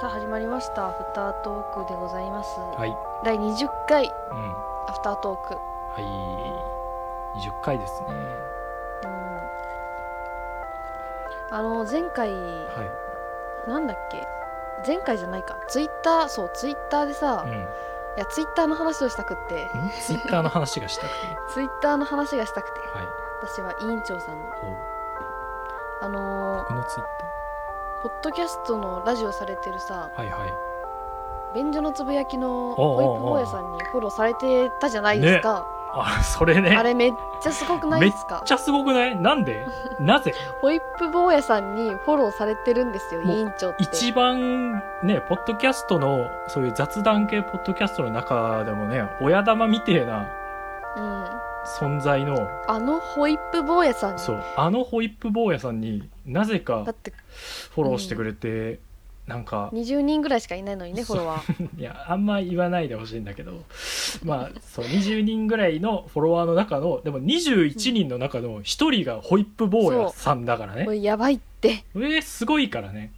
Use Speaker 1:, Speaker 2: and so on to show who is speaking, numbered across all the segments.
Speaker 1: さあ始まりましたアフタートークでございます、
Speaker 2: はい、うん、
Speaker 1: 第20回
Speaker 2: は
Speaker 1: アフタートーク、
Speaker 2: い、20回ですね。
Speaker 1: うんあの前回
Speaker 2: は
Speaker 1: なんだっけ前回じゃないかツイッターそうツイッターでさ、
Speaker 2: い、う
Speaker 1: い
Speaker 2: ん、
Speaker 1: やツイッターの話をしたくって
Speaker 2: ツイッターの話がしたくて、
Speaker 1: ツイッターの話がしたくて
Speaker 2: はい、
Speaker 1: 私は委員長さんの
Speaker 2: おう
Speaker 1: あのー
Speaker 2: 僕のツイッ
Speaker 1: ポッドキャストのラジオされてるさ
Speaker 2: ター、はいはい、
Speaker 1: 便所のつぶやきの
Speaker 2: おうおうおう
Speaker 1: ホイップ坊やさんにフォローされてたじゃないですか、
Speaker 2: あ、それね、
Speaker 1: あれめっちゃすごくない
Speaker 2: め
Speaker 1: で
Speaker 2: っ
Speaker 1: すか
Speaker 2: ちゃすごくない？なんで？なぜ？
Speaker 1: ホイップ坊やさんにフォローされてるんですよ、委
Speaker 2: もう
Speaker 1: 員長って。
Speaker 2: 一番ね、ポッドキャストのそういう雑談系ポッドキャストの中でもね、親玉みてえな
Speaker 1: うん、
Speaker 2: 存在の、
Speaker 1: あのホイップ坊やさんに。
Speaker 2: そう、あのホイップ坊やさんになぜか
Speaker 1: だって
Speaker 2: フォローしてくれて、なんか
Speaker 1: 20人ぐらいしかいないのにね、フォロワー。
Speaker 2: いやあんま言わないでほしいんだけどまあそう20人ぐらいのフォロワーの中のでも21人の中の1人がホイップ坊やさんだからね
Speaker 1: これやばいって。
Speaker 2: えー、すごいからね、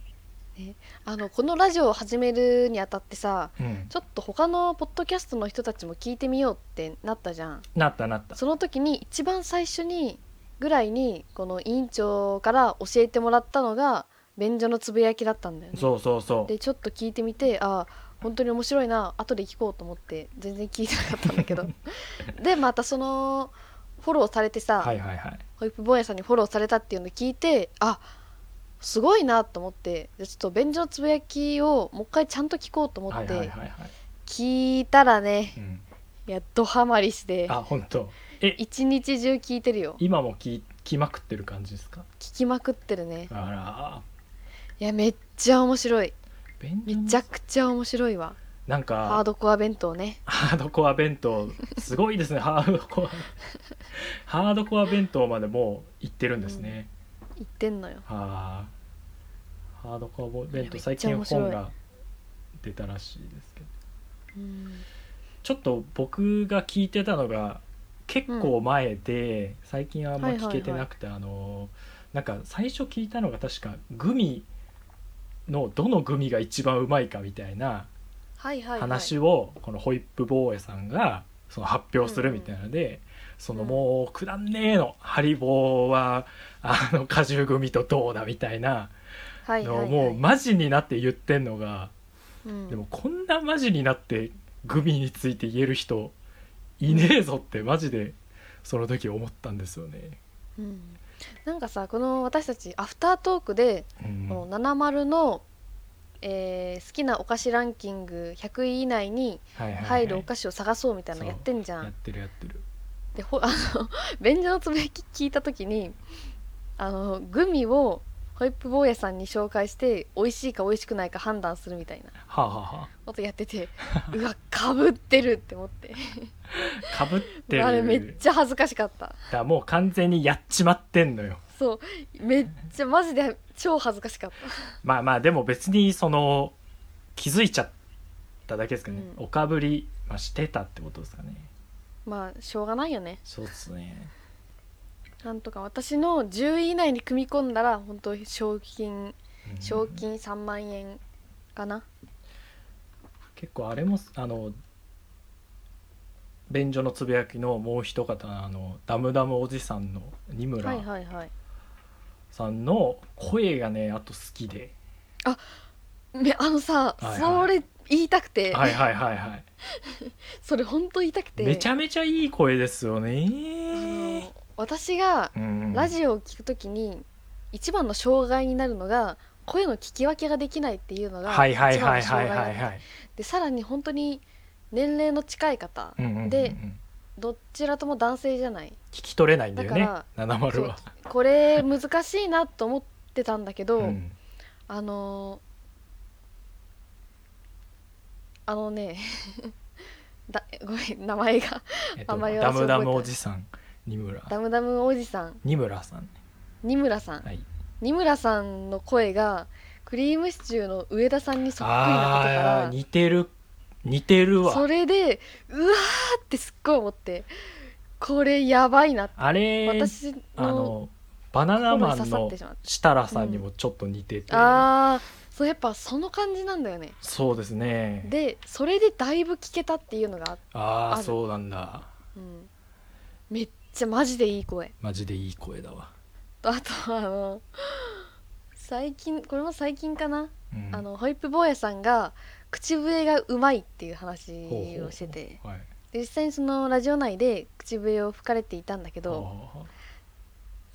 Speaker 1: あの、このラジオを始めるにあたってさ、
Speaker 2: うん、
Speaker 1: ちょっと他のポッドキャストの人たちも聞いてみようってなったじゃん。
Speaker 2: なったなった
Speaker 1: その時に一番最初にぐらいに、この委員長から教えてもらったのが、便所のつぶやきだったんだよね。
Speaker 2: そうそうそう
Speaker 1: でちょっと聞いてみてああ本当に面白いな後で聞こうと思って全然聞いてなかったんだけ どでまたそのフォローされてさ、
Speaker 2: はいはいはい
Speaker 1: ホイップ坊やさんにフォローされたっていうのを聞いてあすごいなと思ってでちょっと便所のつぶやきをもう一回ちゃんと聞こうと思
Speaker 2: は
Speaker 1: っ
Speaker 2: いはいはい
Speaker 1: て
Speaker 2: はい、
Speaker 1: 聞いたらね
Speaker 2: うん、
Speaker 1: いやドハマりして
Speaker 2: あ本当え
Speaker 1: 一日中聞いてるよ
Speaker 2: 今も聞きまくってる感じですか
Speaker 1: 聞きまくってるね
Speaker 2: あ
Speaker 1: いやめっちゃ面白い
Speaker 2: ら便利
Speaker 1: めちゃくちゃ面白いわ
Speaker 2: なん
Speaker 1: ハー
Speaker 2: か
Speaker 1: ドコア弁当ね
Speaker 2: ハードコア弁当すごいですねハードコアハードコア弁当までもう行ってるんですね、
Speaker 1: 言ってんのよ
Speaker 2: はあ、ハードコアボベン
Speaker 1: いやめ
Speaker 2: ト
Speaker 1: っちゃ
Speaker 2: 最近
Speaker 1: 面白い
Speaker 2: 本が出たらしいですけど
Speaker 1: うん
Speaker 2: ちょっと僕が聞いてたのが結構前で、最近はあんま聞けてなくて、あのなんか最初聞いたのが確かグミのどのグミが一番うまいかみたいな
Speaker 1: はいはい、はい、
Speaker 2: 話をこのホイップ坊やさんがその発表するみたいなので、その
Speaker 1: うん
Speaker 2: もうくだんねえのハリボーはあの果汁グミとどうだみたいな
Speaker 1: はいはい
Speaker 2: の
Speaker 1: はい、
Speaker 2: もうマジになって言ってんのが
Speaker 1: うん
Speaker 2: でもこんなマジになってグミについて言える人いねえぞってマジでその時思ったんですよね。
Speaker 1: うんなんかさこの私たちアフタートークで、
Speaker 2: うん
Speaker 1: この「七丸の」えー好きなお菓子ランキング100位以内に
Speaker 2: はいはいはい
Speaker 1: 入るお菓子を探そうみたいなのやってんじゃん。
Speaker 2: やってるやってる。
Speaker 1: でほ あの「便所のつぶやき」聞いた時にあのグミをホイップ坊やさんに紹介して美味しいか美味しくないか判断するみたいな
Speaker 2: はあ、はあは
Speaker 1: ことやって てうわかぶってるって思って
Speaker 2: あ、かぶってる
Speaker 1: あれめっちゃ恥ずかしかった。
Speaker 2: だからもう完全にやっちまってんのよ。
Speaker 1: そうめっちゃマジで超恥ずかしかった
Speaker 2: まあまあでも別にその気づいちゃっただけですかね、
Speaker 1: うん
Speaker 2: おかぶり、まあ、してたってことですかね。
Speaker 1: まあしょうがないよね
Speaker 2: そうですね。
Speaker 1: なんとか私の10位以内に組み込んだら本当賞金
Speaker 2: うん
Speaker 1: 賞金3万円かな
Speaker 2: 結構あれもあの便所のつぶやきのもう一方のあのダムダムおじさんの二
Speaker 1: は
Speaker 2: 村
Speaker 1: いはいはい
Speaker 2: さんの声がねあと好きで、
Speaker 1: めあのさ、
Speaker 2: はいはい
Speaker 1: それ言いたくて、
Speaker 2: はいはいはいはい
Speaker 1: それ本当言いたくて
Speaker 2: めちゃめちゃいい声ですよ
Speaker 1: あ
Speaker 2: ね
Speaker 1: の私が
Speaker 2: うん
Speaker 1: ラジオを聞くときに一番の障害になるのが声の聞き分けができないっていうのが
Speaker 2: はい
Speaker 1: 一
Speaker 2: はい
Speaker 1: 番の
Speaker 2: はいはい
Speaker 1: 障害
Speaker 2: はい
Speaker 1: だっ
Speaker 2: は
Speaker 1: た
Speaker 2: い
Speaker 1: でさらに本当に年齢の近い方、
Speaker 2: うんうんうんうん
Speaker 1: でどちらとも男性じゃない
Speaker 2: 聞き取れないんだよ
Speaker 1: だ
Speaker 2: ね
Speaker 1: から
Speaker 2: 七丸は
Speaker 1: これ難しいなと思ってたんだけど、
Speaker 2: うん
Speaker 1: あのーあのね だごめん名前が
Speaker 2: えっ
Speaker 1: あ
Speaker 2: と
Speaker 1: んまり
Speaker 2: ダ
Speaker 1: 私覚え
Speaker 2: ム
Speaker 1: てない
Speaker 2: ダムおじさん二村
Speaker 1: ダムダムおじさん
Speaker 2: 二村さんね
Speaker 1: 二村さん、
Speaker 2: はい
Speaker 1: 二村さんの声がクリームシチューの上田さんにそっくりなこと
Speaker 2: ああー
Speaker 1: か
Speaker 2: 似てる似てる
Speaker 1: ら
Speaker 2: わ
Speaker 1: それでうわーってすっごい思ってこれやばいなって
Speaker 2: あれ
Speaker 1: 私の
Speaker 2: あのバナナ
Speaker 1: 心
Speaker 2: マ
Speaker 1: に刺
Speaker 2: ン
Speaker 1: さっ
Speaker 2: の
Speaker 1: てしまっ
Speaker 2: 設楽さんにもちょっと似てて、
Speaker 1: たあーそうやっぱその感じなんだよね
Speaker 2: そうですね
Speaker 1: でそれでだいぶ聞けたっていうのがあっ
Speaker 2: あ
Speaker 1: あ
Speaker 2: あ
Speaker 1: る
Speaker 2: そうなんだ
Speaker 1: うん、めっちゃマジでいい声
Speaker 2: マジでいい声だわ、
Speaker 1: とあとあの最近これも最近かな、
Speaker 2: うん
Speaker 1: あのホイップ坊やさんが口笛がうまいっていう話
Speaker 2: ほうほうほ
Speaker 1: を
Speaker 2: う
Speaker 1: してて
Speaker 2: はい
Speaker 1: で実際にそのラジオ内で口笛を吹かれていたんだけど
Speaker 2: あ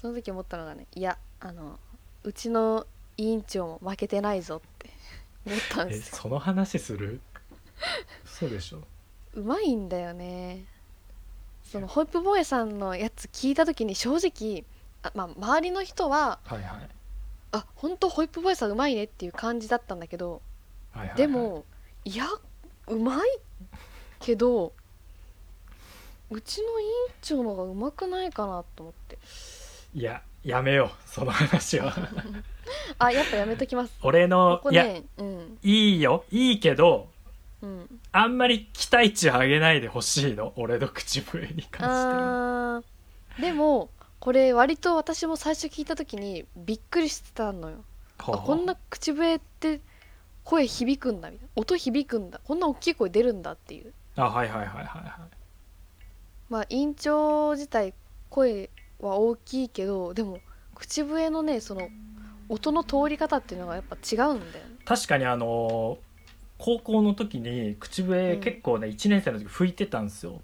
Speaker 1: その時思ったのがねいやあのうちの委員長も負けてないぞって思ったん
Speaker 2: ー
Speaker 1: で
Speaker 2: え
Speaker 1: すよ
Speaker 2: その話するそうでしょ
Speaker 1: うまいんだよねそのホイップ坊やさんのやつ聞いた時に正直あ、まあ、周りの人は
Speaker 2: はいはい
Speaker 1: あ本当ホイップボイスはうまいねっていう感じだったんだけど
Speaker 2: はいはいはい
Speaker 1: でもいやうまいけどうちの委員長の方がうまくないかなと思って
Speaker 2: いややめようその話 は
Speaker 1: あやっぱやめとき ます
Speaker 2: 俺の
Speaker 1: ここ
Speaker 2: いや
Speaker 1: ねうん
Speaker 2: いいよいいけど
Speaker 1: うん
Speaker 2: あんまり期待値上げないでほしいの俺の口笛に関しては
Speaker 1: あーでもこれ割と私も最初聞いた時にびっくりしてたのよあ
Speaker 2: ほうほう
Speaker 1: こんな口笛って声響くんだみたいな音響くんだこんな大きい声出るんだっていう
Speaker 2: あはいはいはいはいは
Speaker 1: まあ院長自体声は大きいけどでも口笛のねその音の通り方っていうのがやっぱ違うんだよね
Speaker 2: い確かにあのー高校の時に口
Speaker 1: う
Speaker 2: 笛
Speaker 1: ん
Speaker 2: 結構ね、1年生の時吹いてたんですよ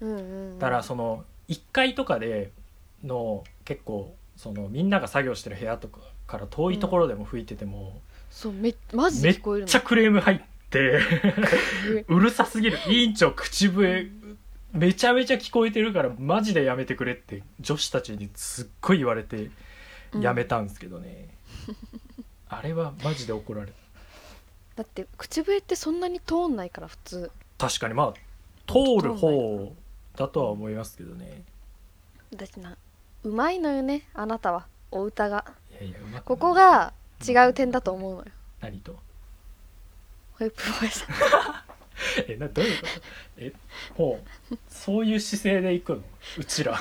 Speaker 1: うんうんうん
Speaker 2: だからその1階とかでの結構そのみんなが作業してる部屋とかから遠いところでも吹いてても、
Speaker 1: そうめマジ
Speaker 2: め
Speaker 1: で
Speaker 2: っ
Speaker 1: 聞こえるの
Speaker 2: ちゃクレーム入って
Speaker 1: 笛
Speaker 2: うるさすぎる委員長口笛めちゃめちゃ聞こえてるからマジでやめてくれって女子たちにすっごい言われて
Speaker 1: うん
Speaker 2: やめたんですけどね、 あれはマジで怒られ
Speaker 1: だって口笛ってそんなに通んないから普通
Speaker 2: た確かにまあ通る方だとは思いますけどね
Speaker 1: 私なうまいのよねあなたはお歌が
Speaker 2: いやいやうまくない
Speaker 1: ここが違う点だと思うのよ
Speaker 2: 何と
Speaker 1: ホイップボーイさん
Speaker 2: えなどういうことえもうそういう姿勢で行くのうちら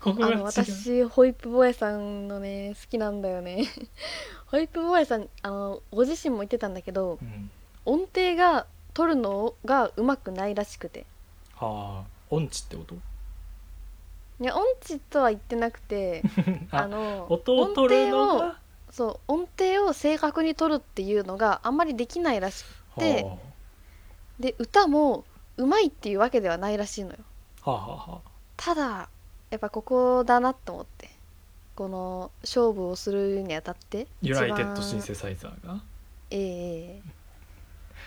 Speaker 2: ここが
Speaker 1: あ
Speaker 2: 違
Speaker 1: の
Speaker 2: う
Speaker 1: 私ホイップボーイさんのね好きなんだよね ホイップボーイさんあのご自身も言ってたんだけど
Speaker 2: うん、
Speaker 1: 音程が取るのがうまくないらしくて
Speaker 2: はあ音痴ってこと
Speaker 1: いや音痴とは言ってなくてあ
Speaker 2: あ
Speaker 1: の
Speaker 2: 音を取るの
Speaker 1: 音程を
Speaker 2: が
Speaker 1: そう音程を正確に取るっていうのがあんまりできないらしくで
Speaker 2: は
Speaker 1: で歌もうまいっていうわけではないらしいのよ
Speaker 2: あ、はあはあはあ、
Speaker 1: ただやっぱここだなと思ってこの勝負をするにあたって
Speaker 2: ユナイテッド
Speaker 1: 一
Speaker 2: シ
Speaker 1: 番
Speaker 2: ンセサイザーが
Speaker 1: ええええ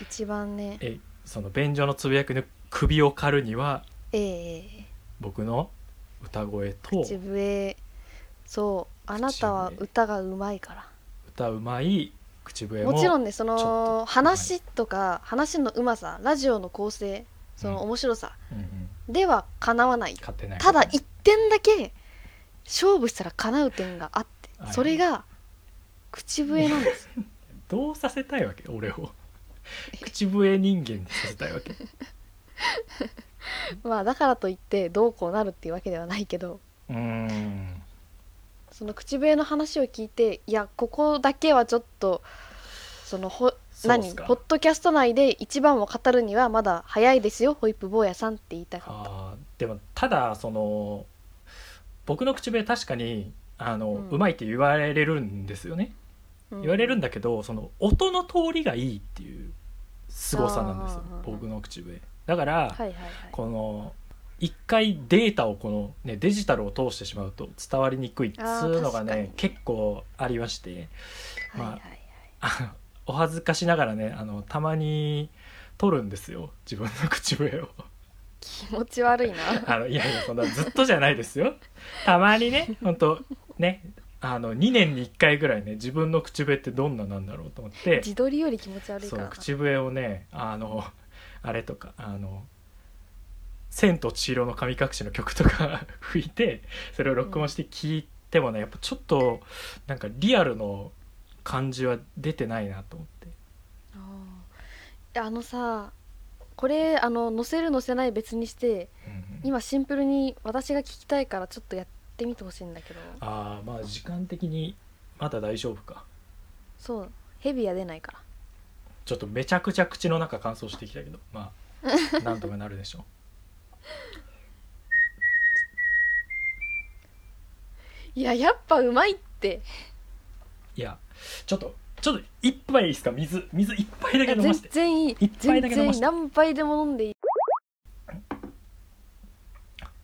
Speaker 1: 一番ね
Speaker 2: えその便所のつぶやくの首を狩るには
Speaker 1: ええええ
Speaker 2: 僕の歌声と
Speaker 1: 口笛そうあなたは
Speaker 2: 口笛
Speaker 1: 歌がうまいから
Speaker 2: 歌うまい口笛も
Speaker 1: もちろんねそ
Speaker 2: ち
Speaker 1: の
Speaker 2: ょっと
Speaker 1: 話とか話のうまさラジオの構成その
Speaker 2: うん
Speaker 1: 面白さ
Speaker 2: うんうん
Speaker 1: ではかなわない、
Speaker 2: 勝てない
Speaker 1: ただ1点だけ勝負したらかなう点があって、
Speaker 2: はい
Speaker 1: それが口笛なん ですよ
Speaker 2: どうさせたいわけ俺を 口笛人間にさせたい わけ
Speaker 1: まあだからといってどうこうなるっていうわけではないけど
Speaker 2: うーん
Speaker 1: その口笛の話を聞いていやここだけはちょっとそのほ
Speaker 2: そうっ
Speaker 1: 何
Speaker 2: すか
Speaker 1: ポッドキャスト内で一番を語るにはまだ早いですよホイップ坊やさんって言いたかっ
Speaker 2: あーでもただその僕の口笛確かにあの、う
Speaker 1: うん
Speaker 2: まいって言われるんですよね
Speaker 1: た、
Speaker 2: 言われるん
Speaker 1: だ
Speaker 2: だけどその音の通りがいいっていう凄さなんですよ
Speaker 1: あー
Speaker 2: 僕の口笛だから、
Speaker 1: はいはいはい
Speaker 2: この一回データをこの、ね、デジタルを通してしまうと伝わりにくいっつうのが
Speaker 1: あー確かに
Speaker 2: ね結構ありまして
Speaker 1: はいはいはい
Speaker 2: あ お恥ずかしながらねあのたまに撮るんですよ自分の口笛を
Speaker 1: 気持ち悪いな
Speaker 2: あのいやいやそんなずっとじゃないですよたまにね本当ねあの2年に1回ぐらいね自分の口笛ってどんななんだろうと思って
Speaker 1: 自撮りより気持ち悪い
Speaker 2: そ
Speaker 1: から
Speaker 2: う
Speaker 1: な
Speaker 2: 口笛をねあのあれとかあの「千と千尋の神隠し」の曲とか 吹いてそれを録音して聞いてもね、やっぱちょっとなんかリアルの感じは出てないなと思って
Speaker 1: あーいやあのさこれあの載せる載せない別にして
Speaker 2: うん
Speaker 1: 今シンプルに私が聞きたいからちょっとやってみてほしいんだけど
Speaker 2: ああまあ時間的にまだ大丈夫か
Speaker 1: そうヘビは出ないから
Speaker 2: ちょっとめちゃくちゃ口の中乾燥してきたけどまあなんとかなるでしょう
Speaker 1: いややっぱうまいって
Speaker 2: いやちょっとちょっと一杯いいですか水水一杯だけ飲ま
Speaker 1: 全
Speaker 2: せて
Speaker 1: 然いい
Speaker 2: 一
Speaker 1: 全
Speaker 2: 杯だけ飲
Speaker 1: 然
Speaker 2: ま
Speaker 1: い
Speaker 2: せ
Speaker 1: い
Speaker 2: て
Speaker 1: 何杯でも飲んでいい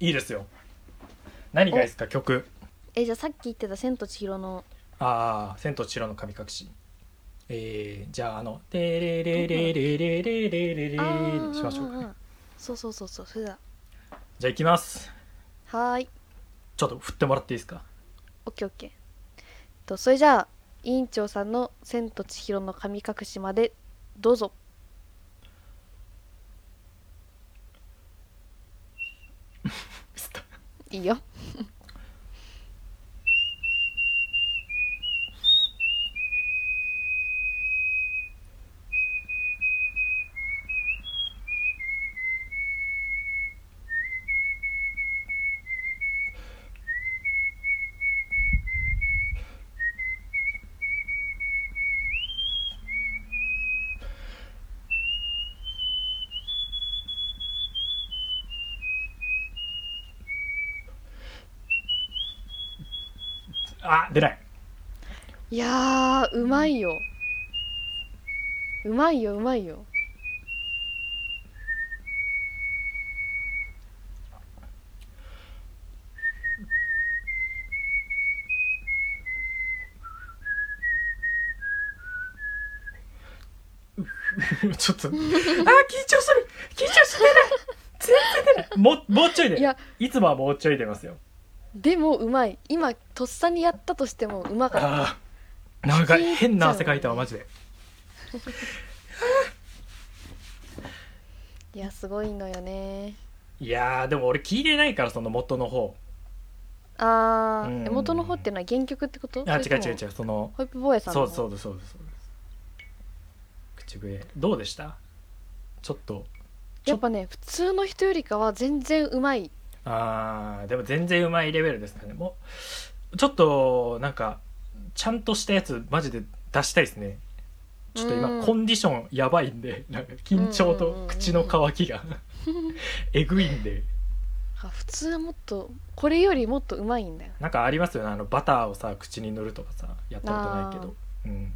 Speaker 2: いいですよ何がいいですか曲
Speaker 1: えじゃあさっき言ってた「千と千尋の
Speaker 2: ああ千と千尋の神隠しえー、じゃああの「テレレレレレレレレレ」」にしましょうかね
Speaker 1: あーそうそうそうそうそれだ
Speaker 2: じゃあ行きます
Speaker 1: はーい
Speaker 2: ちょっと振ってもらっていいですか
Speaker 1: オッケーオッケーとそれじゃあ委員長さんの「千と千尋の神隠し」までどうぞいいよ
Speaker 2: あ出ない
Speaker 1: いやーうまいようまいようまいよ
Speaker 2: ちょっと あー緊張する緊張してない全然出ないもうもうちょいで
Speaker 1: い
Speaker 2: い
Speaker 1: や
Speaker 2: つもはもうちょい出ますよ
Speaker 1: でもうまい今とっさにやったとしてもうまかった
Speaker 2: あーなんか変な汗かいたわマジで
Speaker 1: いやすごいのよね
Speaker 2: いやーでも俺聞いてないからその元の方
Speaker 1: あー、
Speaker 2: うん
Speaker 1: え元の方ってのは原曲ってこと
Speaker 2: あ違う違う違
Speaker 1: う
Speaker 2: うその
Speaker 1: ホイップ坊やさん
Speaker 2: そうそううですそうですそうです口笛どうでしたちょっと
Speaker 1: やっぱね普通の人よりかは全然うまい
Speaker 2: あーでも全然うまいレベルですかねもうちょっとなんかちゃんとしたやつマジで出したいですねちょっと
Speaker 1: う
Speaker 2: 今
Speaker 1: ん
Speaker 2: コンディションやばいんで なんか緊張
Speaker 1: うんうんうんう
Speaker 2: と
Speaker 1: ん
Speaker 2: 口の渇き がえぐいんで
Speaker 1: あ普通はもっとこれよりもっとうまいんだよ
Speaker 2: なんかありますよねあのバターをさ口に塗るとかさやったことないけどうん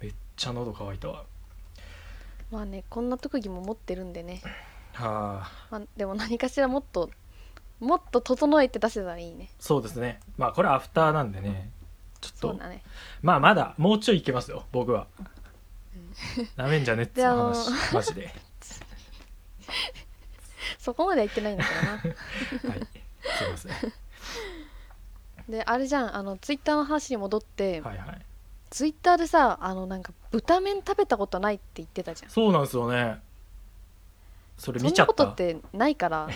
Speaker 2: めっちゃ喉乾いたわ
Speaker 1: まあねこんな特技も持ってるんでね、
Speaker 2: はあ
Speaker 1: まあ、でも何かしらもっともっと整えて出せたらいいね
Speaker 2: そうですねまあこれアフターなんでねちょっ
Speaker 1: そ
Speaker 2: と、
Speaker 1: うだね
Speaker 2: まあまだもうちょいいけますよ僕はなめんじゃねっつう話
Speaker 1: で
Speaker 2: マジで
Speaker 1: そこまではいってないんだからな
Speaker 2: はいすいませんは
Speaker 1: であれじゃんあのツイッターの話に戻って、
Speaker 2: いはい
Speaker 1: ツイッターでさあのなんか豚麺食べたことないって言ってたじゃん
Speaker 2: そうなんですよねそれ
Speaker 1: そん
Speaker 2: 見ちゃ
Speaker 1: な
Speaker 2: っ
Speaker 1: こと
Speaker 2: た
Speaker 1: ってない から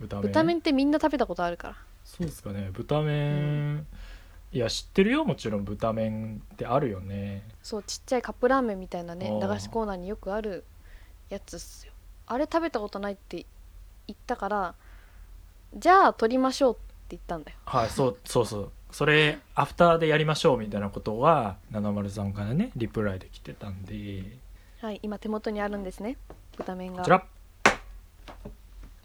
Speaker 2: 豚麺
Speaker 1: 豚麺ってみんな食べたことあるから
Speaker 2: そうですかね豚麺、いや知ってるよもちろん豚麺ってあるよね
Speaker 1: そうちっちゃいカップラーメンみたいなね
Speaker 2: あー
Speaker 1: 駄菓子コーナーによくあるやつっすよあれ食べたことないって言ったからじゃあ取りましょうって言ったんだよ
Speaker 2: はいそうそうそうそれアフターでやりましょうみたいなことは703からねリプライで来てたんで
Speaker 1: はい今手元にあるんですね豚麺
Speaker 2: こ
Speaker 1: が
Speaker 2: ちら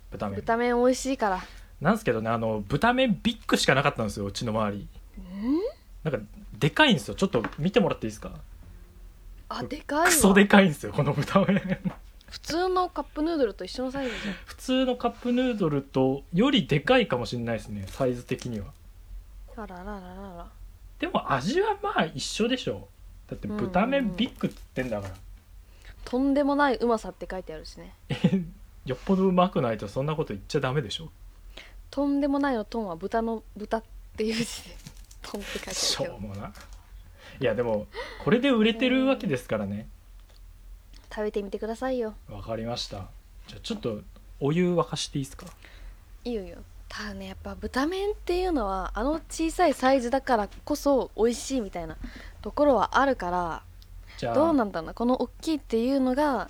Speaker 2: 豚麺
Speaker 1: 豚麺美味しいから
Speaker 2: なんですけどねあの豚麺ビッグしかなかったんですようちの周りなんかでかいんですよちょっと見てもらっていいですか
Speaker 1: あでかいわ
Speaker 2: クソでかいんですよこの豚麺
Speaker 1: 普通のカップヌードルと一緒のサイズじゃん
Speaker 2: 普通のカップヌードルとよりでかいかもしれないですねサイズ的には
Speaker 1: あらららららら
Speaker 2: でも味はまあ一緒でしょだって豚
Speaker 1: うんうんう
Speaker 2: 麺
Speaker 1: ん
Speaker 2: ビッグって言ってんだから、
Speaker 1: とんでもないうまさって書いてあるしね
Speaker 2: よっぽどうまくないとそんなこと言っちゃダメでしょ
Speaker 1: とんでもないのトンは豚の豚っていう字でトンって書いて
Speaker 2: し
Speaker 1: あるけ
Speaker 2: ょ
Speaker 1: ど
Speaker 2: うもないやでもこれで売れてるわけですからね
Speaker 1: 食べてみてくださいよ
Speaker 2: わかりましたじゃあちょっとお湯沸かしていいですか
Speaker 1: いいよいいよただねやっぱ豚麺っていうのはあの小さいサイズだからこそ美味しいみたいなところはあるから
Speaker 2: じゃあ
Speaker 1: どうなんだろうなこの大きいっていうのが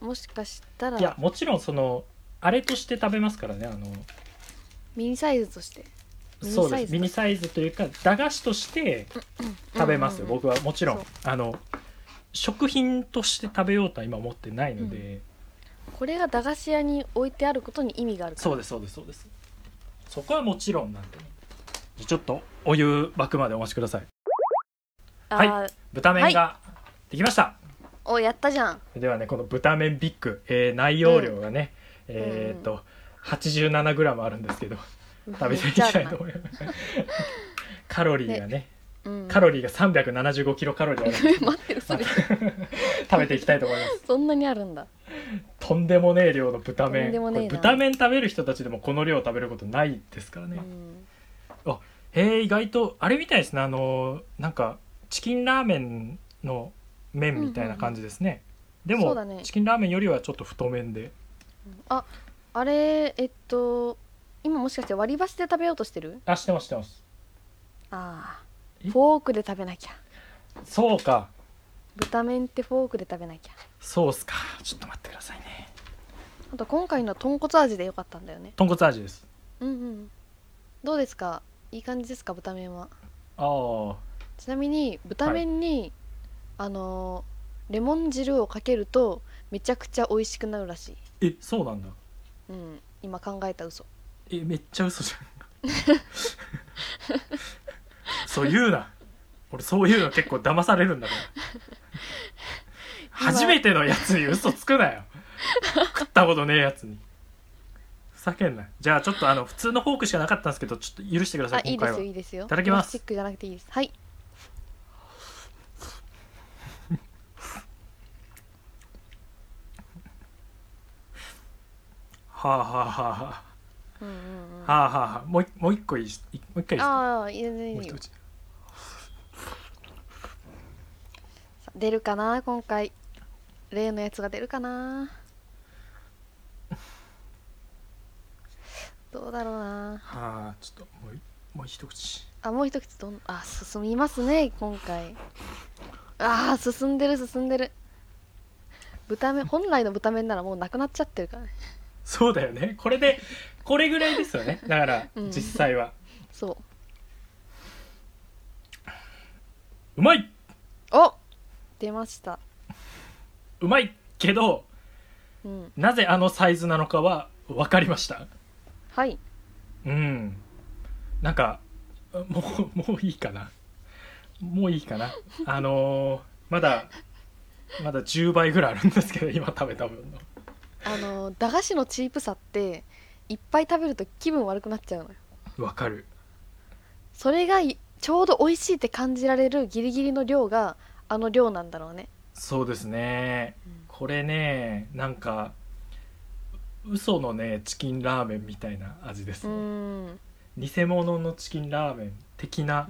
Speaker 1: もしかした
Speaker 2: いや
Speaker 1: ら
Speaker 2: もちろんそのあれとして食べますからねあの
Speaker 1: ミニサイズとしてミニ
Speaker 2: そう
Speaker 1: サ
Speaker 2: で
Speaker 1: イ
Speaker 2: す
Speaker 1: ズ
Speaker 2: ミニサイズというか駄菓子として食べますよ、僕はもちろん
Speaker 1: そう
Speaker 2: あの食品として食べようとは今思ってないので、
Speaker 1: これが駄菓子屋に置いてあることに意味があるから
Speaker 2: そうですそうですそうですそこはもちろんなんでねじゃあちょっとお湯沸くまでお待ちください
Speaker 1: あ
Speaker 2: はい
Speaker 1: ー、
Speaker 2: 豚麺ができました、
Speaker 1: おやったじゃん
Speaker 2: ではねこの豚麺ビッグ、えー内容量がね、
Speaker 1: ん
Speaker 2: えーっと 87g あるんですけど食べて
Speaker 1: め
Speaker 2: い
Speaker 1: っち
Speaker 2: き
Speaker 1: ゃあ
Speaker 2: た
Speaker 1: る
Speaker 2: い
Speaker 1: な
Speaker 2: と思いますカロリーがね
Speaker 1: うん、
Speaker 2: カロリーが375キロカロリーある んですけど
Speaker 1: 待って嘘でしょ
Speaker 2: 食べていきたいと思います
Speaker 1: そんなにあるんだ
Speaker 2: とんでもねえ量の豚
Speaker 1: と
Speaker 2: 麺
Speaker 1: んでもねえな
Speaker 2: これ豚麺食べる人たちでもこの量食べることないですから
Speaker 1: う
Speaker 2: ね、
Speaker 1: ん
Speaker 2: へえ意外とあれみたいですねあのなんかチキンラーメンの麺みたいな感じですね、
Speaker 1: んそう
Speaker 2: で
Speaker 1: だ
Speaker 2: も、
Speaker 1: ね
Speaker 2: チキンラーメンよりはちょっと太麺で
Speaker 1: ああれえっと今もしかして割り箸で食べようとしてる
Speaker 2: あしてますしてます
Speaker 1: あ
Speaker 2: え
Speaker 1: あフォークで食べなきゃ
Speaker 2: そうか
Speaker 1: 豚麺ってフォークで食べなきゃ
Speaker 2: そうっすかちょっと待ってくださいね
Speaker 1: あと今回のは豚骨味でよかったんだよね
Speaker 2: 豚骨味です
Speaker 1: うんうんどうですかいい感じですか豚麺は
Speaker 2: ああ
Speaker 1: ちなみに豚麺に、あのーレモン汁をかけるとめちゃくちゃ美味しくなるらしい
Speaker 2: えそうなんだ
Speaker 1: うん今考えた嘘
Speaker 2: えめっちゃ嘘じゃんそう言うな俺そういうの結構騙されるんだから初めてのやつに嘘つくなよ食ったことねえやつにふざけんなじゃあちょっとあの普通のフォークしかなかったんですけどちょっと許してくださ
Speaker 1: あ
Speaker 2: い
Speaker 1: いい
Speaker 2: 今
Speaker 1: で
Speaker 2: 回
Speaker 1: す
Speaker 2: は
Speaker 1: よいいですよい
Speaker 2: ただきます
Speaker 1: チックじゃなくていいですはい
Speaker 2: はあはあはあは
Speaker 1: うんうんうん
Speaker 2: あはあはあもういもう一個いいしいもう一回いいですか
Speaker 1: ああいいよいい
Speaker 2: も
Speaker 1: よ
Speaker 2: う
Speaker 1: いい
Speaker 2: 一
Speaker 1: よ
Speaker 2: 口
Speaker 1: さ出るかな今回例のやつが出るかなどうだろうな
Speaker 2: はあちょっともうもう一口
Speaker 1: あもう一口どんあ進みますね今回あー進んでる進んでる豚麺本来の豚麺ならもうなくなっちゃってるからね
Speaker 2: そうだよねこれでこれぐらいですよねだから
Speaker 1: うん
Speaker 2: 実際は、
Speaker 1: そう
Speaker 2: うまい
Speaker 1: お出ました
Speaker 2: うまいけど
Speaker 1: うん
Speaker 2: なぜあのサイズなのかは分かりました
Speaker 1: はい
Speaker 2: うんなんかもうもういいかなもういいかなあのーまだまだ10倍ぐらいあるんですけど今食べた分の
Speaker 1: あのー駄菓子のチープさっていっぱい食べると気分悪くなっちゃうのよ
Speaker 2: 分かる
Speaker 1: それがいちょうど美味しいって感じられるギリギリの量があの量なんだろうね
Speaker 2: そうですねこれねなんか嘘のねチキンラーメンみたいな味です
Speaker 1: うー
Speaker 2: ね
Speaker 1: ん、うん
Speaker 2: 偽物のチキンラーメン的な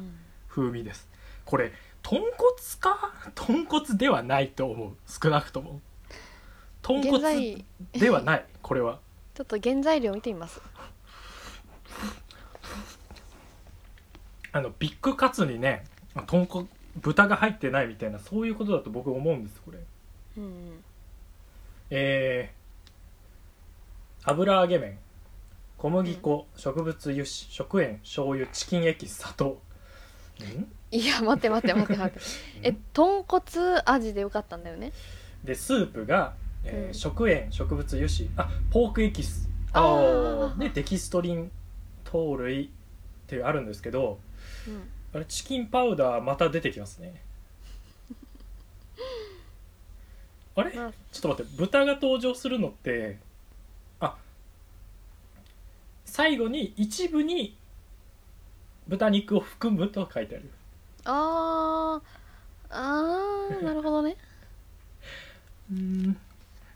Speaker 2: 風味ですこれ豚骨か 豚骨ではないと思う少なくとも豚
Speaker 1: 現
Speaker 2: 骨
Speaker 1: 在
Speaker 2: ではないこれは
Speaker 1: ちょっと原材料見てみます
Speaker 2: あのビッグカツにね豚骨豚が入ってないみたいなそういうことだと僕思うんですこれ
Speaker 1: うんうん
Speaker 2: えー、油揚げ麺小麦粉、植物油脂食塩醤油チキンエキス砂糖ん
Speaker 1: いや待って待って待って待ってえ豚骨味でよかったんだよね
Speaker 2: でスープが、えー
Speaker 1: うん
Speaker 2: 食塩植物油脂あポークエキス
Speaker 1: あー
Speaker 2: ーでデキストリン糖類ってあるんですけど
Speaker 1: うん
Speaker 2: あれチキンパウダーまた出てきま すねあれちょ
Speaker 1: まあ
Speaker 2: っと待って豚が登場するのってあ最後に一部に豚肉を含むと書いてある
Speaker 1: あーあーなるほどね
Speaker 2: うん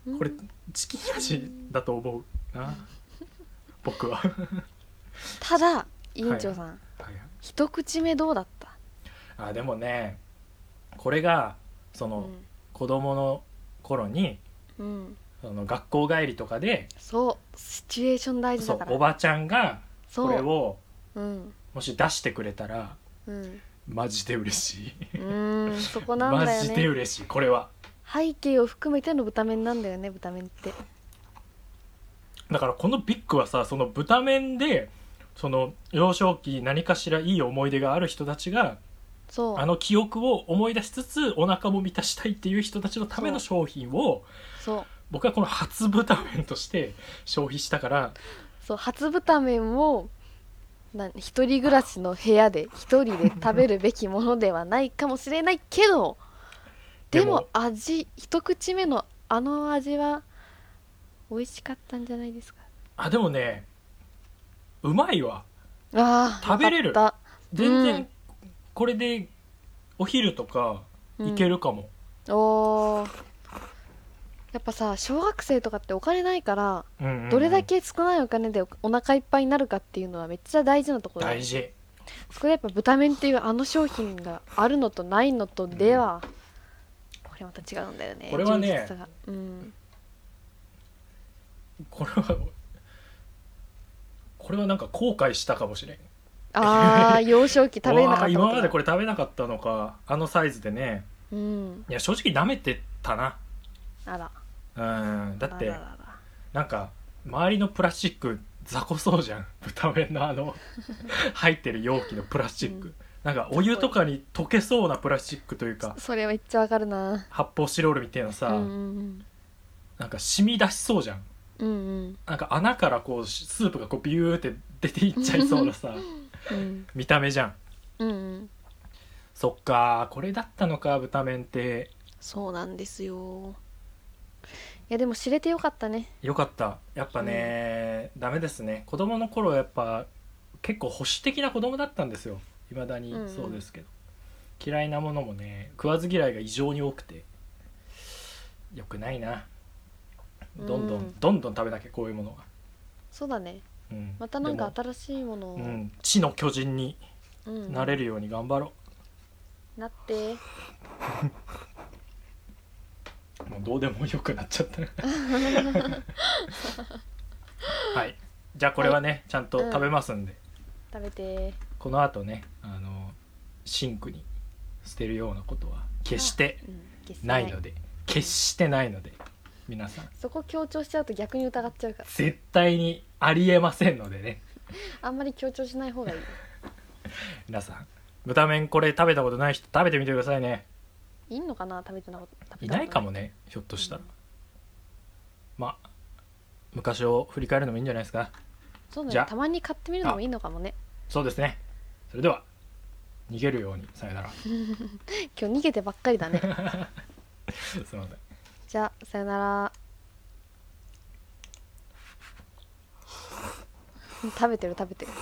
Speaker 1: うん
Speaker 2: これチキン味だと思うな僕ははい
Speaker 1: ただ委員長さん、
Speaker 2: はい
Speaker 1: 一口目どうだった
Speaker 2: あでもねこれがそうの
Speaker 1: ん、
Speaker 2: 子供の頃に
Speaker 1: うん、
Speaker 2: その学校帰りとかで
Speaker 1: そうシチュエーション大事
Speaker 2: そ
Speaker 1: だ
Speaker 2: う
Speaker 1: から
Speaker 2: おばちゃんが
Speaker 1: そう
Speaker 2: これを
Speaker 1: うん
Speaker 2: もし出してくれたら
Speaker 1: うん
Speaker 2: マジで嬉しい
Speaker 1: うーんそこなん
Speaker 2: マ
Speaker 1: だよ
Speaker 2: ジで
Speaker 1: ね
Speaker 2: 嬉しいこれは
Speaker 1: 背景を含めての豚麺なんだよね豚麺って
Speaker 2: だからこのビッグはさその豚麺でその幼少期何かしらいい思い出がある人たちが
Speaker 1: そう
Speaker 2: あの記憶を思い出しつつお腹も満たしたいっていう人たちのための商品を
Speaker 1: そう
Speaker 2: 僕はこの初豚麺として消費したから
Speaker 1: そう初豚麺をな一人暮らしの部屋で一人で食べるべきものではないかもしれないけどで
Speaker 2: でも
Speaker 1: も味一口目のあの味は美味しかったんじゃないですか
Speaker 2: あでもねうまいわ
Speaker 1: あー
Speaker 2: 食べれる
Speaker 1: よかっ
Speaker 2: 全
Speaker 1: う
Speaker 2: 然
Speaker 1: ん
Speaker 2: これでお昼とか
Speaker 1: たうん
Speaker 2: いけるかも、
Speaker 1: おーやっぱさ小学生とかってお金ないから
Speaker 2: うんうんうん
Speaker 1: どれだけ少ないお金でおお腹いっぱいになるかっていうのはめっちゃ大事なところだよ
Speaker 2: 大事
Speaker 1: そこでやっぱ豚麺っていうあの商品があるのとないのとでは、これまた違うんだよね
Speaker 2: これはね
Speaker 1: 充実さがうん
Speaker 2: これはこれはなんか後悔したかもしれん
Speaker 1: ああ幼少期食べれなかっ
Speaker 2: うわー
Speaker 1: た
Speaker 2: 今まで こ
Speaker 1: れ
Speaker 2: れ食べなかったのかあのサイズでね
Speaker 1: うん
Speaker 2: いや正直舐めてたな
Speaker 1: あら
Speaker 2: うんだっ
Speaker 1: あ
Speaker 2: て
Speaker 1: らららら
Speaker 2: なんか周りのプラスチック雑魚そうじゃん豚麺のあの 入ってる容器のプラスチック、
Speaker 1: うん
Speaker 2: なんかお湯とかに溶けそうなプラスチックというか
Speaker 1: それはめっちゃわかるな
Speaker 2: 発泡スチロールみたいなさ、
Speaker 1: うんうん
Speaker 2: なんか染み出しそうじゃん
Speaker 1: うんうん
Speaker 2: なんか穴からこうしスープがこうビューって出ていっちゃいそうなさ
Speaker 1: うん
Speaker 2: 見た目じゃん
Speaker 1: うんうん
Speaker 2: そっかーこれだったのか豚麺って
Speaker 1: そうなんですよいやでも知れてよかったね
Speaker 2: よかったやっぱね、ダメですね子供の頃やっぱ結構保守的な子供だったんですよいまだに
Speaker 1: うんうん
Speaker 2: そうですけど、嫌いなものもね食わず嫌いが異常に多くてよくないなどんどん、
Speaker 1: うん
Speaker 2: どんどん食べなきゃこういうものが、
Speaker 1: そうだね
Speaker 2: うん
Speaker 1: またなんか
Speaker 2: で
Speaker 1: 新しいものを、
Speaker 2: もうん、地の巨人に
Speaker 1: うん
Speaker 2: なれるように頑張ろ
Speaker 1: なって
Speaker 2: う、もうどうでもよくなっちゃったな はいじゃあこれはね、ちゃんと食べますんで、
Speaker 1: 食べて
Speaker 2: このあとねあのシンクに捨てるようなことは決して
Speaker 1: うん決して
Speaker 2: ないので決してないので皆さん
Speaker 1: そこ強調しちゃうと逆に疑っちゃうから
Speaker 2: 絶対にありえませんのでね
Speaker 1: あんまり強調しない方がいい
Speaker 2: 皆さん豚麺これ食べたことない人食べてみてくださいね
Speaker 1: いいのかな食べてなかった食べ
Speaker 2: い
Speaker 1: たこと
Speaker 2: ないかもねひょっとしたら
Speaker 1: うん
Speaker 2: まあ昔を振り返るのもいいんじゃないですか
Speaker 1: そうだ
Speaker 2: じゃ
Speaker 1: ね
Speaker 2: あ
Speaker 1: たまに買ってみるのもいいのかもね
Speaker 2: そうですねそれでは逃げるようにさよなら す
Speaker 1: 今日逃げてばっかりだね
Speaker 2: いません
Speaker 1: じゃあさよなら食べてる食べてる